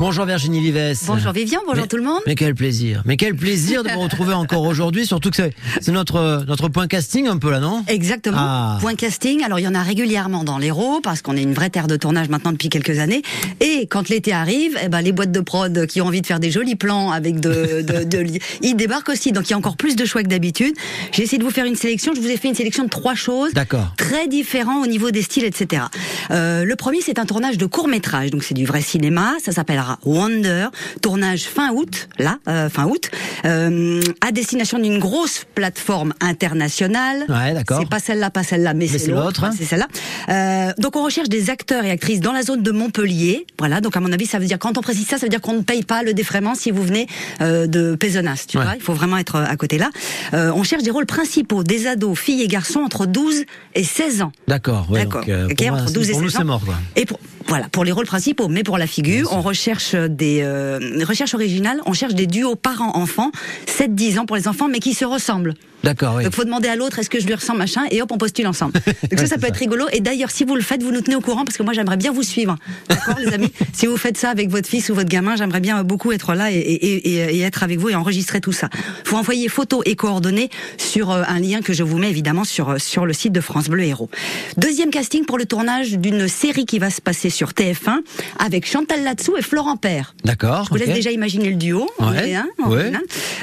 Bonjour Virginie Lives. Bonjour Vivien, bonjour Mais- tout le monde. Mais quel plaisir. Mais quel plaisir de vous retrouver encore aujourd'hui, surtout que c'est c'est notre, euh, notre point casting un peu là, non Exactement. Ah. Point casting. Alors, il y en a régulièrement dans l'Hérault, parce qu'on est une vraie terre de tournage maintenant depuis quelques années. Et quand l'été arrive, eh ben, les boîtes de prod qui ont envie de faire des jolis plans avec de, de, de li- ils débarquent aussi. Donc, il y a encore plus de choix que d'habitude. J'ai essayé de vous faire une sélection. Je vous ai fait une sélection de trois choses. D'accord. Très différents au niveau des styles, etc. Euh, le premier, c'est un tournage de court métrage. Donc, c'est du vrai cinéma. Ça s'appellera Wonder. Tournage fin août, là, euh, fin août, euh, à destination d'une grosse plateforme internationale. Ouais, d'accord. C'est pas celle-là, pas celle-là, Mais mais, c'est c'est l'autre. l'autre, hein. C'est celle-là. Euh, donc on recherche des acteurs et actrices dans la zone de Montpellier. Voilà, donc à mon avis, ça veut dire, quand on précise ça, ça veut dire qu'on ne paye pas le défraiement si vous venez euh, de Pézenas, tu Ouais. vois. Il faut vraiment être euh, à côté là. Euh, on cherche des rôles principaux, des ados, filles et garçons entre 12 et 16 ans. D'accord. ouais, D'accord. donc, euh, Ok, pour moi, entre c'est- 12 et pour nous, 16 c'est ans. mort. Quoi. Et pour, voilà, pour les rôles principaux, mais pour la figure, on recherche des euh, recherches originales, on cherche des duos parents-enfants, 7-10 ans pour les enfants, mais qui se ressemblent. D'accord, Ah oui. Donc Euh, faut demander à l'autre est-ce que je lui ressemble machin et hop on postule ensemble. Donc Ouais, ça c'est ça peut ça. être rigolo et d'ailleurs si vous le faites vous nous tenez au courant parce que moi j'aimerais bien vous suivre. D'accord les amis Si vous faites ça avec votre fils ou votre gamin j'aimerais bien euh, beaucoup être là et, et- et- et être avec vous et enregistrer tout ça. Faut envoyer photos et coordonnées sur euh, un lien que je vous mets évidemment sur euh, sur le site de France Bleu Héros. Deuxième casting pour le tournage d'une série qui va se passer sur TF1 avec Chantal Latsou et Florent Père. D'accord. Je vous ok. laisse déjà imaginer le duo. Ouais, on est un, on ouais. est un.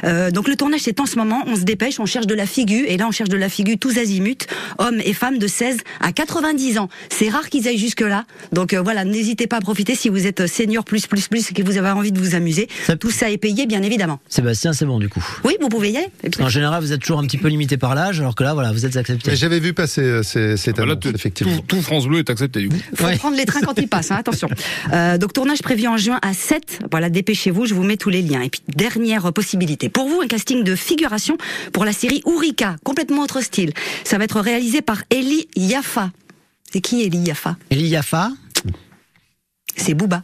Euh, donc le tournage c'est en ce moment, on se dépêche, on cherche de la figure, et là on cherche de la figure tous azimuts, hommes et femmes de 16 à 90 ans. C'est rare qu'ils aillent jusque-là. Donc euh, voilà, n'hésitez pas à profiter si vous êtes senior plus plus plus et que vous avez envie de vous amuser. Ça- Tout ça est payé bien évidemment. Sébastien, c'est bon du coup. Oui, vous pouvez y aller. Et puis- En général, vous êtes toujours un petit peu limité par l'âge, alors que là, voilà, vous êtes accepté. Mais j'avais vu passer euh, ces- cette Ah, Voilà, annonce, tout, effectivement. tout- tout France Bleu est accepté. du coup. faut Ouais. prendre les trains quand ils passent, hein, attention. Euh, donc tournage prévu en juin à 7. Voilà, dépêchez-vous, je vous mets tous les liens. Et puis dernière possibilité. Pour vous, un casting de figuration pour la série Ourika, complètement autre style. Ça va être réalisé par Eli Yaffa. C'est qui Eli Yaffa Elie Yaffa. C'est Booba.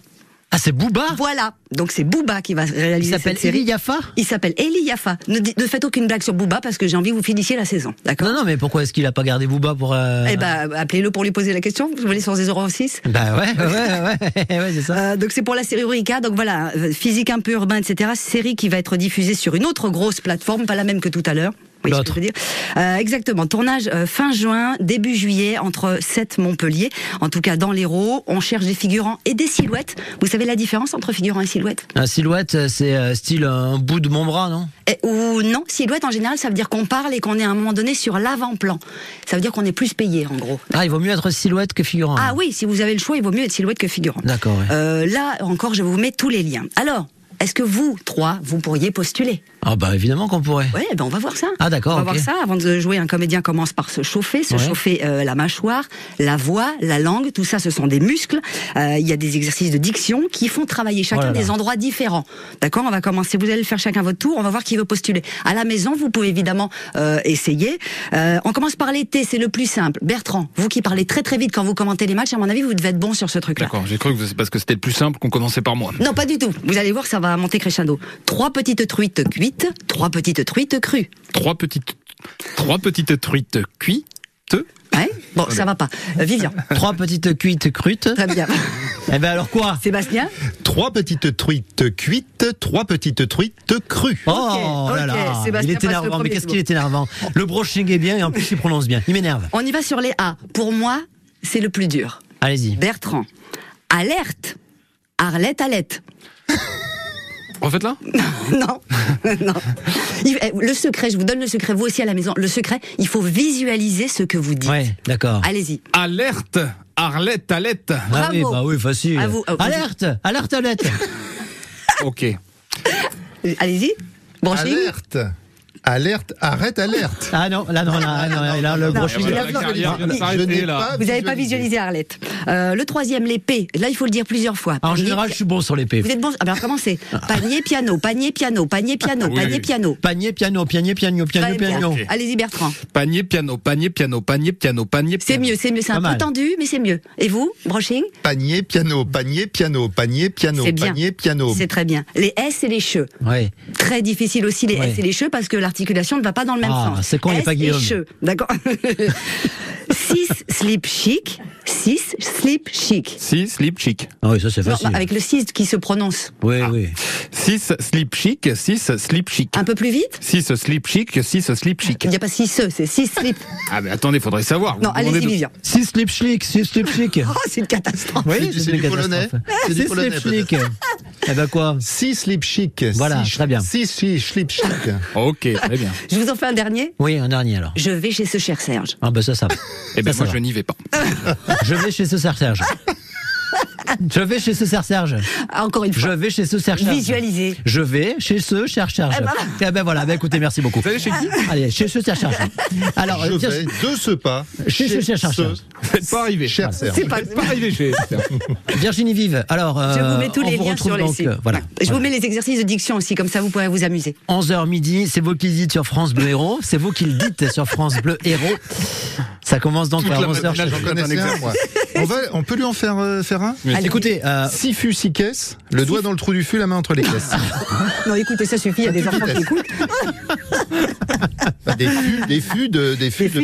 Ah, c'est Booba Voilà, donc c'est Booba qui va Il réaliser s'appelle cette série. Elie Yaffa Il s'appelle Eli Yaffa. Ne, di- ne faites aucune blague sur Booba parce que j'ai envie que vous finissiez la saison, d'accord Non, non, mais pourquoi est-ce qu'il a pas gardé Booba pour. euh, Eh ben, appelez-le pour lui poser la question. Vous voulez sur 06 Bah ouais, ouais, ouais, ouais c'est ça. Euh, donc c'est pour la série Eureka, donc voilà, euh, physique un peu urbain, etc. Série qui va être diffusée sur une autre grosse plateforme, pas la même que tout à l'heure. Oui, L'autre. je veux dire. Euh, exactement. Tournage euh, fin juin, début juillet, entre 7 Montpellier. En tout cas, dans l'Hérault, on cherche des figurants et des silhouettes. Vous savez la différence entre figurants et silhouettes Un silhouette, c'est euh, style un bout de mon bras, non Eh, Ou non, silhouette en général, ça veut dire qu'on parle et qu'on est à un moment donné sur l'avant-plan. Ça veut dire qu'on est plus payé, en gros. Ah, il vaut mieux être silhouette que figurant. Ah oui, si vous avez le choix, il vaut mieux être silhouette que figurant. D'accord, ouais. Euh, là encore, je vous mets tous les liens. Alors, est-ce que vous trois, vous pourriez postuler Ah bah évidemment qu'on pourrait. Ouais, ben on va voir ça. Ah, d'accord, On va ok. voir ça. Avant de jouer, un comédien commence par se chauffer, se Ouais. chauffer euh, la mâchoire, la voix, la langue. Tout ça, ce sont des muscles. Euh, Il y a des exercices de diction qui font travailler chacun Oh là là. des endroits différents. D'accord On va commencer. Vous allez le faire chacun votre tour. On va voir qui veut postuler. À la maison, vous pouvez évidemment euh, essayer. Euh, on commence par l'été. C'est le plus simple. Bertrand, vous qui parlez très très vite quand vous commentez les matchs, à mon avis, vous devez être bon sur ce truc-là. D'accord, j'ai cru que c'est parce que c'était le plus simple qu'on commençait par moi. Non, pas du tout. Vous allez voir, ça va monter crescendo. Trois petites truites cuites, trois petites truites crues. Trois petites, trois petites truites cuites. Ouais bon, ça va pas. Euh, Vivian, Trois petites cuites crutes. très bien. Eh ben alors quoi Sébastien Trois petites truites cuites, trois petites truites crues. Oh ok, là là, il Sébastien est passe le énervant, mais premier qu'est-ce tour. qu'il est énervant Le brushing est bien et en plus il prononce bien, il m'énerve. On y va sur les A. Pour moi, c'est le plus dur. Allez-y. Bertrand, alerte. Arlette, alerte. Refaites là Non, non. Il- eh, Le secret, je vous donne le secret, vous aussi à la maison. Le secret, il faut visualiser ce que vous dites. Ouais, d'accord. Allez-y. Alerte Arlette, Alette Ah oui, bravo. bah oui, facile. À vous, Oh, à vous. alerte, alerte, alerte. Ok. Allez-y. Branchez. Alerte Alerte, arrête, alerte Ah non, là non, là, non, là, là, le Non, brushing. j'ai la la fleur de carrière lys. vient de Mais Je n'ai s'arrêter là. pas Vous n'avez pas visualisé. visualisé Arlette. Euh, le troisième, les P. Là, il faut le dire plusieurs fois. En Panier, général, je pia- suis bon sur les P. Vous êtes bon. Ah ben, alors, comment c'est Panier, piano, panier, piano, panier, piano, Oui. panier, piano. Panier, piano, panier, piano, Ah piano, Très bien. piano. Allez-y, Bertrand. Panier, piano, panier, piano, panier, piano, panier, C'est piano. mieux, c'est mieux. C'est Pas un mal. peu tendu, mais c'est mieux. Et vous, Broching Panier, piano, panier, piano, panier, piano, C'est bien. panier, piano. C'est très bien. Les S et les che. Ouais. Très difficile aussi les Ouais. S et les che parce que l'articulation ne va pas dans le même Ah, sens. c'est con, il y a S pas et Guillaume. che. D'accord. 6 slip chic, 6, slip chic. 6, slip chic. Ah oui, ça c'est Non, facile. bah, avec Ah. le 6 qui se prononce Oui, oui. 6, slip chic. 6, slip chic. un peu plus vite. 6, slip chic. 6, slip chic. Il n'y a pas 6 E, c'est 6 slip. Ah, mais attendez, faudrait savoir. Non, Vous vous rendez allez-y, de- Vivian. 6 slip chic, 6 slip chic. Oh, c'est une catastrophe. Oui, c'est une du polonais. catastrophe. C'est du Six polonais, slip chic. Eh ben quoi 6 slip chic. Voilà, six- très bien. six chi- slip chic. Ok, très bien. Je vous en fais un dernier. Oui, un dernier alors. Je vais chez ce cher Serge. Ah ben ça, ça. va. Eh ben, Ça, ça moi, va. je n'y vais pas. Je vais chez ce serre Serge. Je vais chez ce serre Serge. Ah, Encore une Je fois, vais chez ce serre Serge. visualiser. Je vais chez ce cher Serge. Eh ben Eh ben voilà, ben écoutez, merci beaucoup. Vous allez chez qui Allez, chez ce cher Serge. Alors, Je euh, tiens, vais de ce pas Chez- chez- chez- chez- Vous n'êtes pas arrivé. cher Vous Serge. C'est pas n'êtes pas arrivé chez. Virginie Vive. Alors, Je euh, vous mets tous on les vous liens retrouve sur les donc, sites. euh, voilà. Je vous mets les exercices de diction aussi, comme ça vous pourrez vous amuser. 11h midi, c'est vous qui le dites sur France Bleu Héros, c'est vous qui le dites sur France Bleu Héros. Ça commence donc à la 11h. matinale, J'en connaissais un, moi. On, va, on peut lui en faire, euh, faire un Mais Allez. Écoutez, euh, Six fûts, six caisses, le doigt dans le trou du fût, la main entre les caisses. Non, écoutez, ça suffit, il y a des enfants qui Des fûts, des fûts de, des fûts de